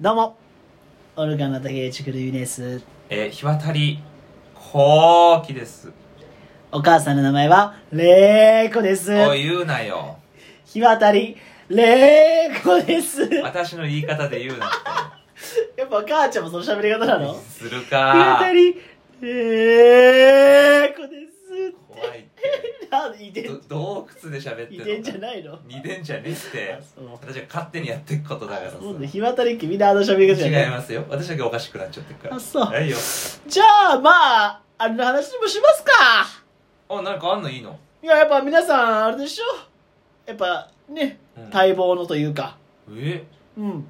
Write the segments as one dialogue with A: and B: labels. A: どうもオルガンの竹内くるゆです
B: えー、日渡りこうきです
A: お母さんの名前はレイコです
B: おい言うなよ
A: 日渡りレイコですや
B: 私の言い方で言うなっ
A: っぱお母ちゃんもその喋り方なの
B: て
A: 日
B: するか
A: 渡りレイコです
B: 怖いっ
A: なんでいて
B: て
A: ん
B: ど洞窟で喋って
A: い
B: るの
A: てんじゃないの
B: 二点じゃねえって
A: あそう
B: 私が勝手にやっていくことだからさ
A: そうね日渡りってみんなあの喋り方じゃない
B: 違いますよ私だけおかしくなっちゃってるから
A: あそう
B: はいよ
A: じゃあまああれの話でもしますか
B: あなんかあんのいいの、
A: いややっぱ皆さんあれでしょやっぱね
B: うん
A: 待望のというか
B: え
A: うん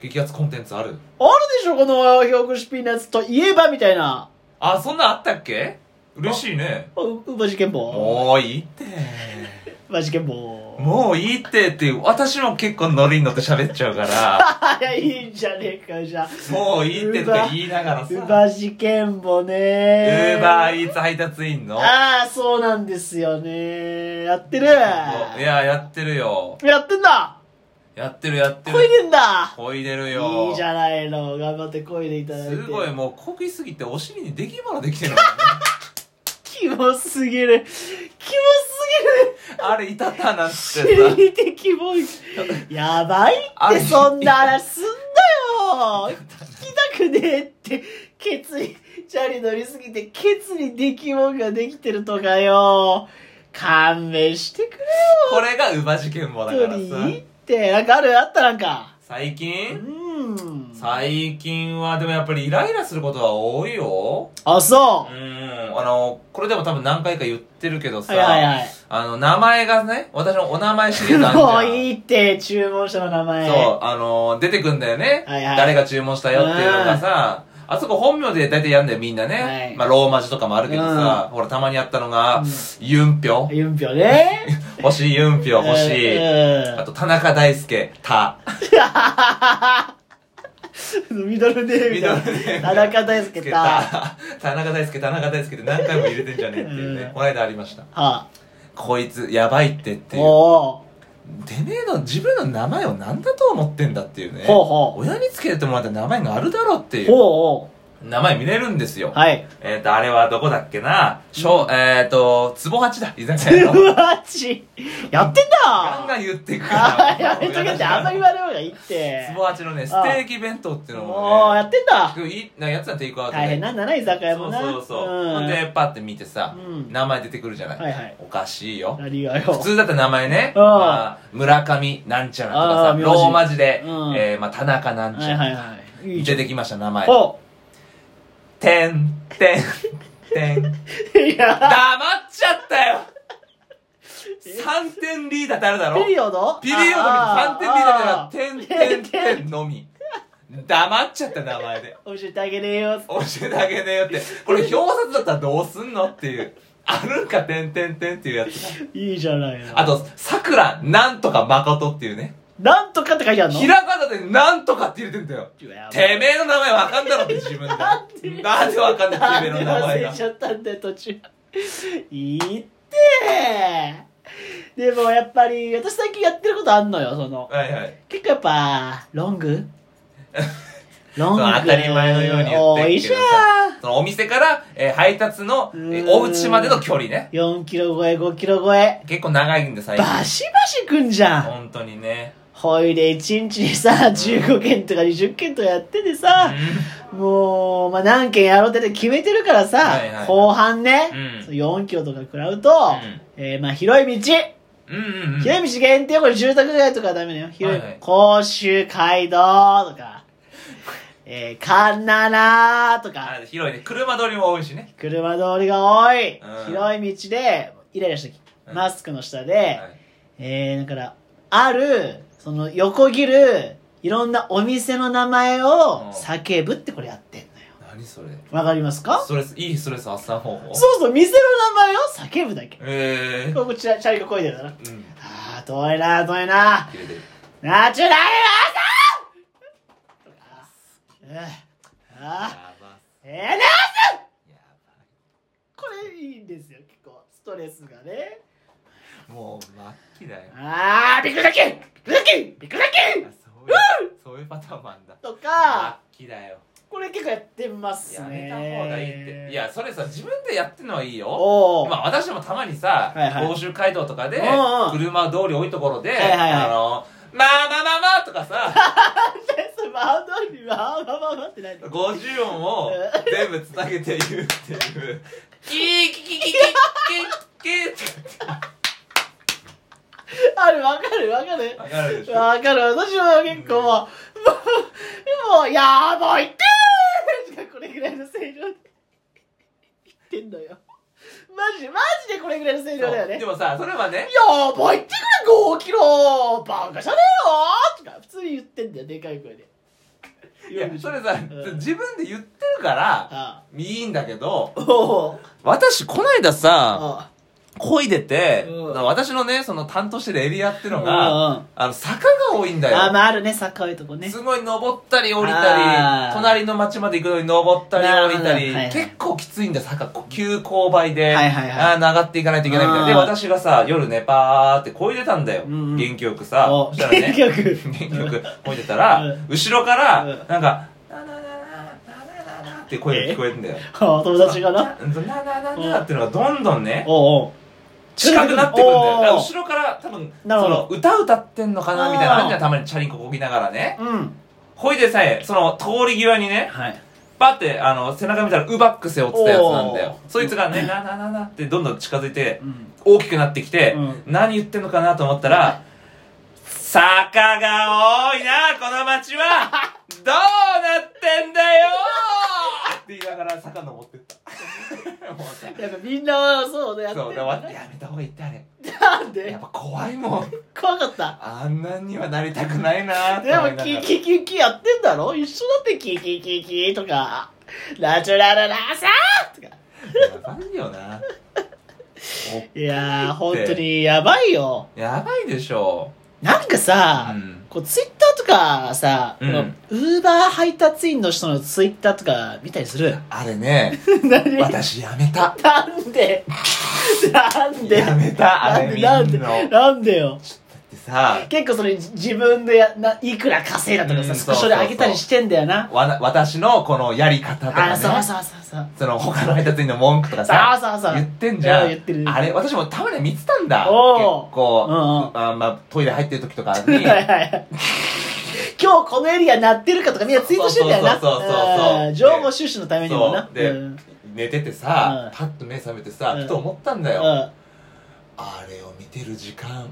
B: 激アツコンテンツある
A: あるでしょこのひょくしピーナッツといえばみたいな
B: あそんなんあったっけ嬉しいね
A: ううばじけんぼ
B: もういいって
A: うばじけんぼ
B: もういいってっていう私も結構ノリに乗って喋っちゃうから
A: いやいいんじゃねえかじゃあ
B: もういいってとか言いながらさ。ウ
A: う
B: ーバー
A: ばじけんぼね
B: イーツ配達員の。
A: ああそうなんですよねやってる
B: いや、やってるよ。
A: やってんだ
B: やってるやってる
A: こ。いでんだ
B: こいでるよ。
A: いいじゃないの頑張ってこいでいただいて
B: すごい、もうこぎすぎてお尻にできものでき てるもんね
A: キモすぎるキモす
B: あれ、いたたなんてさ
A: ぎ。る知りてキモいやばいっ
B: あ
A: て
B: れ
A: そんな話すんだよ聞きたくねえってケツにチャリ乗りすぎてケツにできもんができてるとかよ勘弁してくれ
B: これが馬事件もだか
A: よ
B: ら
A: 一
B: さ
A: 人。ってなんかあるあったなんか
B: 最
A: う
B: 近
A: ん
B: 最近は、でもやっぱりイライラすることは多いよ。。
A: あそううん
B: あの、これでも多分何回か言ってるけどさ、
A: はいはいはい
B: あの、名前がね、私のお名前シリーズあるじゃん。
A: もういいって注文者の名前
B: そう、あのー出てくんだよね、
A: はいはい
B: 誰が注文したよっていうのがさ、あそこ本名で大体やんだよ、みんなね。
A: はい
B: まあ、ローマ字とかもあるけどさ、ほら、たまにあったのが、
A: うん
B: ユンピョ。
A: ユンピョね
B: 欲しい、ユンピョ、欲しい。あ
A: う
B: と、田中大輔、た。
A: んミドルネームだ
B: ミドルネーム
A: 田中大輔たは
B: た。 田中大輔、田中大輔って何回も入れてんじゃねえっていうね、
A: うん
B: この間ありました。
A: あ
B: こいつ、やばいってっていう。
A: お
B: てめえの自分の名前を何だと思ってんだっていうね。
A: ほうほ
B: 親につけてもらった名前があるだろうって
A: う
B: いう。
A: ほうほ
B: 名前見れるんですよ。
A: う はい
B: えっ、と、あれはどこだっけな、しょう、えっ、と、つぼ八だ。居酒屋の。
A: 18やってん
B: ガンガ
A: だ
B: ン言っていくから。
A: あーやめとけってあんまり言われる方がいいって
B: つぼ八のね、ステーキ弁当っていうの
A: も
B: も
A: うや
B: ね。
A: ってんだ
B: でもいいなやつはテイクアウトで。
A: 大変なんだな居酒屋
B: そ
A: も
B: う
A: な
B: そうそう。
A: う
B: ほ
A: ん
B: んで、パッて見てさ、
A: うん
B: 名前出てくるじゃない。
A: はいはい
B: おかしいよ。
A: 何がよ
B: 普通だったら名前ね、
A: うん
B: まあ、村上なんちゃらと
A: あー
B: かさ、
A: 名字
B: ローマ字で、
A: うん
B: えー、まあ、田中なんち
A: はい
B: ゃ
A: は
B: ら
A: いはいいいじゃ
B: 出
A: ん
B: てきました、名前。
A: ほ
B: てん、てん、てん。
A: ういや
B: 黙っちゃったよ3点リーダーってあるだろ
A: ピリオド
B: ピリオドに3点リーダーって
A: あー
B: のは点点点のみ黙っちゃった名前で
A: 教えてあげねえよ
B: 教えてあげねえよってこれ表札だったらどうすんのっていうあるんか点点点っていうやつ
A: いいじゃないの
B: あとさくらなんとかまことっていうね
A: なんとかって書いてあるの
B: ひらがなでなんとかって入れてんだよ
A: いや
B: てめえの名前わかんだろって自分
A: なんで
B: でなんでわかんない
A: な
B: て
A: ん
B: め
A: で
B: えの名前
A: 忘
B: が
A: れちゃったんだよ途中いいってでもやっぱり私最近やってることあんのよその
B: はいはい
A: 結構やっぱロングロ
B: その当たり前のように言
A: お
B: って
A: い
B: る
A: し
B: けど
A: ょ
B: さ、そのお店から、えー配達の、え
A: うー
B: ー
A: ん
B: お家までの距離ね。
A: 4キロ超え5キロ超え
B: 結構長いんで最近。
A: バシバシくんじゃん
B: 本当にね。
A: ほいで1日にさ15件とか20件とかやってて
B: う
A: さ
B: ん、
A: もう、まあ、何件やろうって決めてるからさ、
B: はいはい
A: 後半ね、
B: うん
A: その4キロとか食らうと、えーまあ広い道
B: うんうんうん。
A: 広い道限定これ住宅街とかはダメだよ広い、
B: はいはい
A: 甲州街道と か、えー、カンナナと
B: あ
A: か
B: 広いね。車通りも多いしね。
A: 車通りが多い、
B: うん
A: 広い道でイライラした時、
B: うん
A: マスクの下で、
B: はい
A: えー、だからあるその横切るいろんなお店の名前を叫ぶってこれやってんのよ
B: 何それ。
A: わかりますか
B: ストレス、いいストレス発散方法。
A: そうそう店の名前を叫ぶだけ
B: えー。
A: こちらチャリがこいでるから
B: うん。
A: あー遠いな遠いな
B: 切れてる。
A: ナチュラルマーサーあ
B: やば。
A: ーえーな
B: や
A: これいいんですよ結構ストレスがね
B: ば。もう、末期だよ。
A: あービッグラッキンビッグラッキンビッグラッキン
B: あそういう、そういういうパターンもあんだ
A: とか、
B: ッキーだよ
A: これ結構やってます
B: や
A: ね。
B: めた方がいいっていやそれさ自分でやってんのはいいよ
A: おお、
B: まあ私もたまにさ、
A: はいはい
B: 甲州街道とかで
A: うんうん
B: 車通り多いところで、
A: いはいはい
B: あのまあまあまあまあとかさ
A: それ、マウドリー、マウマママって何
B: 50音を全部つなげて言うっていう「キーキキキキキキキ」って
A: ある、わかる、わかる。
B: わかるでしょ
A: わかる。私は結構、もう、もう、やばいってーしかこれぐらいの声量で言ってんのよ。マジ、マジでこれぐらいの声量だよね。
B: でもさそれはね
A: やばいってくれ5キロバカじゃねえよとか普通に言ってんだよでかい声で
B: いやそれさ、
A: ん
B: 自分で言ってるから
A: あ
B: いいんだけど
A: あおう
B: 私こないださ
A: あ
B: 漕いでて、
A: うん
B: 私のねその担当してるエリアってのが、
A: あ
B: あの坂が多いんだよ
A: あまああるねサッカーいうとこね
B: すごい登ったり降りた
A: あ
B: り
A: ー
B: 隣の町まで行くのに登ったり降り
A: なる
B: たり、
A: ほどはいはい
B: 結構きついんだ坂こう急勾配で、
A: はいはいはい
B: あー上がっていかないといけないみたいなで
A: あー
B: 私がさ夜ねパーってこいでたんだよ、
A: うんうん
B: 元気よくさ
A: お
B: そした らね
A: 元気よく
B: 元気よくこいでたら、
A: うん
B: 後ろから、
A: うん
B: なんか「なななななななな」って声が聞こえるんだよ、
A: ああ友達がな
B: うんとななななっていうのがどんどんね
A: おうおう
B: 近くなってくるんだよだから
A: おー
B: 後ろから多分そ
A: なるほ
B: の
A: ど
B: 歌歌ってんのかなみたいなのあるじゃ
A: あ
B: ん
A: ー
B: たまにチャリンコこぎながらね
A: うん
B: ほいでさえ、その通り際にね、
A: はい
B: パって、あの、背中見たらウバック背負ってたやつなんだよ。
A: おー
B: そいつがね、ななななってどんどん近づいて、
A: うん
B: 大きくなってきて、
A: うん
B: 何言ってんのかなと思ったら、坂が多いな、この町 はどうなってんだよって言いながら坂登ってった。もうさ、
A: やっぱみんなそうねやって
B: そう、
A: る
B: で終わって、やめた方がいいってあれ。
A: なん
B: や
A: で
B: っぱ怖いもん。
A: 怖かった
B: あんなんにはなりたくないなって
A: で
B: 思いなが
A: もキ
B: ら。
A: キキキやってんだろ一緒だってキキキキとかラチュラララさーとか
B: やばいよ な。
A: いやー本当にやばいよ
B: やばいでしょ。
A: なんか
B: う
A: さ、
B: ん
A: こうツイッターとかさ、
B: うん
A: ウーバー配達員の人のツイッターとか見たりす る
B: あれ ね、
A: 何
B: 私やめた。
A: なんでなんで
B: やめた、あれみんな
A: な
B: の。
A: んで
B: だ
A: なん
B: っ
A: でなんでよ
B: てさ、
A: 結構それじ自分でやないくら稼いだとかさ、
B: うん
A: スクショで上げたりしてんだよな
B: わな私のこのやり方とか、ね、
A: あそうそうそうそう
B: その他の配達員の文句とか
A: そうそ
B: さ、
A: うそう
B: 言ってんじゃ。
A: うん言ってる
B: あれ、私もたまに見てたんだ。結
A: おー
B: 構、
A: うんうん
B: あまあ、トイレ入ってる時とか
A: はい
B: に、
A: はいはい今日このエリア鳴ってるかとかみんなツイートしてんだよな
B: そうそうそうそうそう
A: うん情報収集のためにも
B: そ
A: な
B: う、で、
A: うん
B: 寝ててさ、
A: うん
B: パッと目覚めてさ、
A: うん
B: ふと思ったんだ
A: う
B: よ。
A: ん
B: あれを見てる時間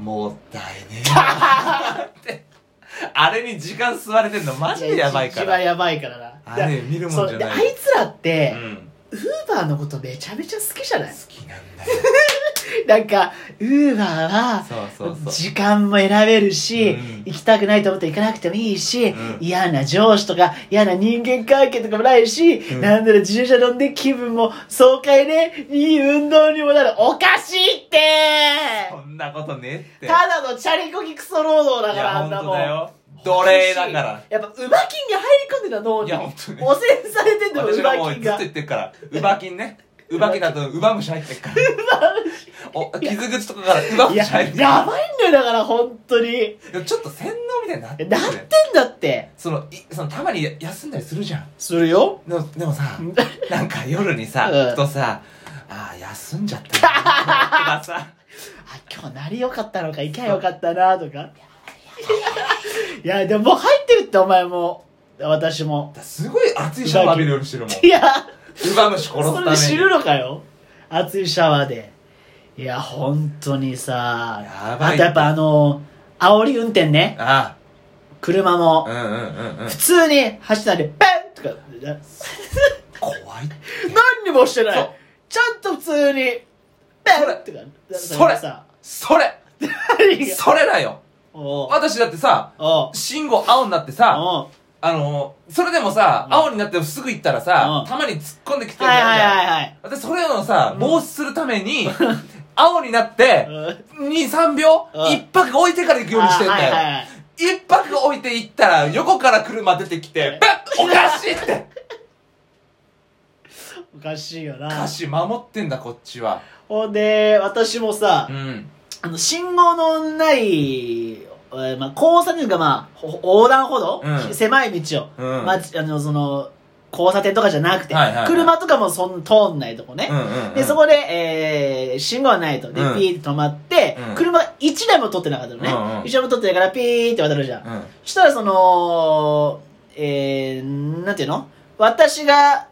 B: もったいね えなってあれに時間吸われてんのマジでやばいか
A: 一番
B: ら
A: やばいからな
B: あれ見るもんじ
A: そうで
B: ゃな
A: あ
B: い
A: いつらって、
B: うん、
A: ウーバーのことめちゃめちゃ好きじゃな
B: 好
A: い
B: きなんだよ
A: なんかウーバーは
B: そうそうそう
A: 時間も選べるし、
B: うん
A: 行きたくないと思って行かなくてもいいし、
B: うん
A: 嫌な上司とか嫌な人間関係とかもないし、
B: うん
A: なんなら自転車乗んで気分も爽快でいい運動にもなるおかしいって
B: そんなことねえって
A: ただのチャリコギクソ労働だ
B: い
A: から
B: や
A: あんな
B: 本
A: も
B: 当
A: ん
B: だよ奴隷だから
A: やっぱ馬金が入り込んでた脳に
B: いや本当ね
A: 汚染されてんだよ
B: 私がも
A: 馬
B: うず
A: 金
B: っと
A: が
B: 言ってるからウバキンねウバキンだとウバムシ入って るからお傷口とかからウバム
A: い
B: シ
A: や
B: 入ってる
A: やばいんだよだから本当に
B: でもちょっと洗脳みたいになってる
A: なってんだって
B: そのいそのたまに休んだりするじゃん
A: するよ
B: でもでもさ
A: ん
B: なんか夜にさ、
A: うん
B: ふとさああ休んじゃった なとかさ
A: あ今日なりよかったのか行きゃよかったなとかいやでももう入ってるってお前も私も
B: すごい熱いシャワー浴びるよう にしてるもん
A: いや
B: ウバムシ殺すた
A: そ
B: め
A: れで
B: に
A: 知るのかよ熱いシャワーでいや本当にさ
B: やばい
A: あとやっぱあの煽り運転ね
B: あ
A: 車
B: あう
A: も
B: んうんうんうん
A: 普通に走ったんでペンとかな
B: 怖い
A: 何にもしてな
B: そう
A: いちゃんと普通にペンとか
B: それ
A: さ
B: それ
A: 何が
B: それだよ
A: おう
B: 私だってさ
A: おう
B: 信号青になってさ
A: おう
B: あのー、それでもさ、
A: うん
B: 青になってすぐ行ったらさ、
A: うん
B: たまに突っ込んできてる
A: はいはいはい
B: い
A: はい
B: 私それをさ
A: うん
B: 防止するため に、青になって
A: うん
B: 23秒、
A: うん
B: 一泊置いてから行くようにしてんだよ、
A: あはいはいはい
B: 一泊置いて行ったら横から車出てきてバッおかしいって
A: おかしいよ
B: お
A: な
B: かしい守ってんだこっちは
A: ほんで私もさ
B: うん
A: あの信号のないえーまあ、交差点というか、まあ、ほ横断歩道、
B: うん
A: 狭い道を、
B: うん
A: まあ、あの、その、交差点とかじゃなくて、
B: はいはいはい
A: 車とかもそん通んないとこね。
B: うんうん
A: で、そこで、えー、信号はないと。で、ピ
B: うん
A: ーって止まって、
B: うん
A: 車1台も取ってなかったのね。
B: うんうん
A: 一台も取ってないから、ピーって渡るじゃん。
B: うん
A: そしたら、その、えー、なんていうの私が、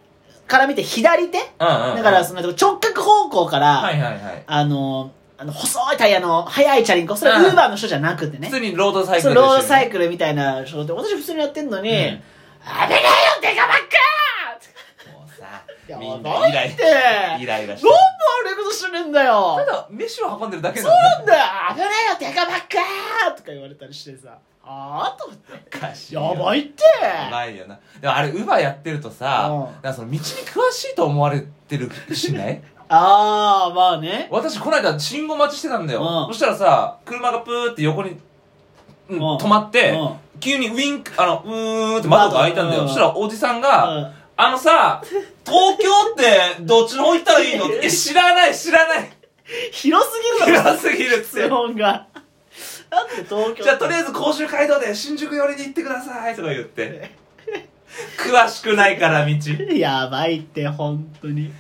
A: から見て左手
B: だ
A: だから、その直角方向から、
B: はいはいはい
A: あの、あの細いタイヤの速いチャリンコ、それ
B: うん
A: ウーバーの人じゃなくて
B: 普
A: ね。
B: 通にロードサイク
A: そ
B: ル
A: う、ロードサイクルみたいな人で、私普通にやってんのに、
B: うん
A: 危ねえよ、デカばっか
B: クルもうさ
A: ー
B: みん
A: や
B: な
A: ば
B: イラ
A: いっ
B: イ
A: て。
B: ライライラして
A: どんな俺ことしてるんだよ
B: ただ飯を運んでるだけな
A: そ
B: んだよ
A: うなんだよ危ねえよ、デカばっかーとか言われたりしてさ、あーと思って。
B: おかしいよ
A: やばいって
B: やばいよなでもあれウーバーやってると
A: うん
B: さなんかその道に詳しいと思われてるしない
A: あー、まあね。
B: 私この間信号待ちしてたんだよ
A: うん
B: そしたらさ車がプーって横にうん
A: うん
B: 止まっ
A: う
B: て
A: ん。
B: 急にウィンクあのうーんって窓が開いたんだよ
A: うん
B: そしたらおじさんが
A: うん
B: 「あのさ東京ってどっちの方行った らいいの?」って「え知らない知らない
A: 広すぎる
B: 広すぎる」っつっ
A: 質
B: て
A: 問が。なんで東京
B: じゃあとりあ
A: え
B: えず甲州街道で新宿寄りに行ってくださいとか言って詳しくないから道尽
A: ず。 やばいって、本当に。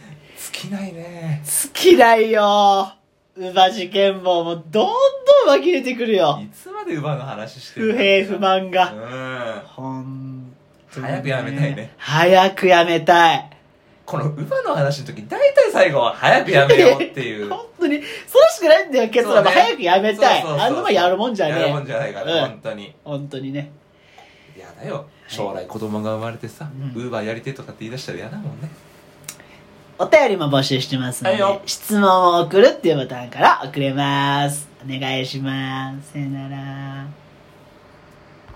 B: きないね
A: 好きだよ乳母事件簿もどんどん湧き出てくるよ
B: いつまで馬の話して
A: 不
B: る
A: 平不満が
B: うん
A: ほんとにね
B: 早くやめたいね
A: 早くやめたい
B: この馬の話の時大体最後は早くやめようっていう
A: 本当にそれしかないんだよ結論
B: そう
A: も
B: ね
A: 早くやめたい
B: そうそうそう
A: あんなもんやるもんじゃね
B: やるもん
A: え
B: じゃないから、
A: うん
B: 本当に
A: 本当にね
B: やだよ将来子供が生まれてさ、
A: うん
B: ウーバーやりてえとかって言い出したら嫌だもんね
A: お便りも募集してますの
B: はい
A: で、
B: よ
A: 質問を送るっていうボタンから送れますお願いしますさよなら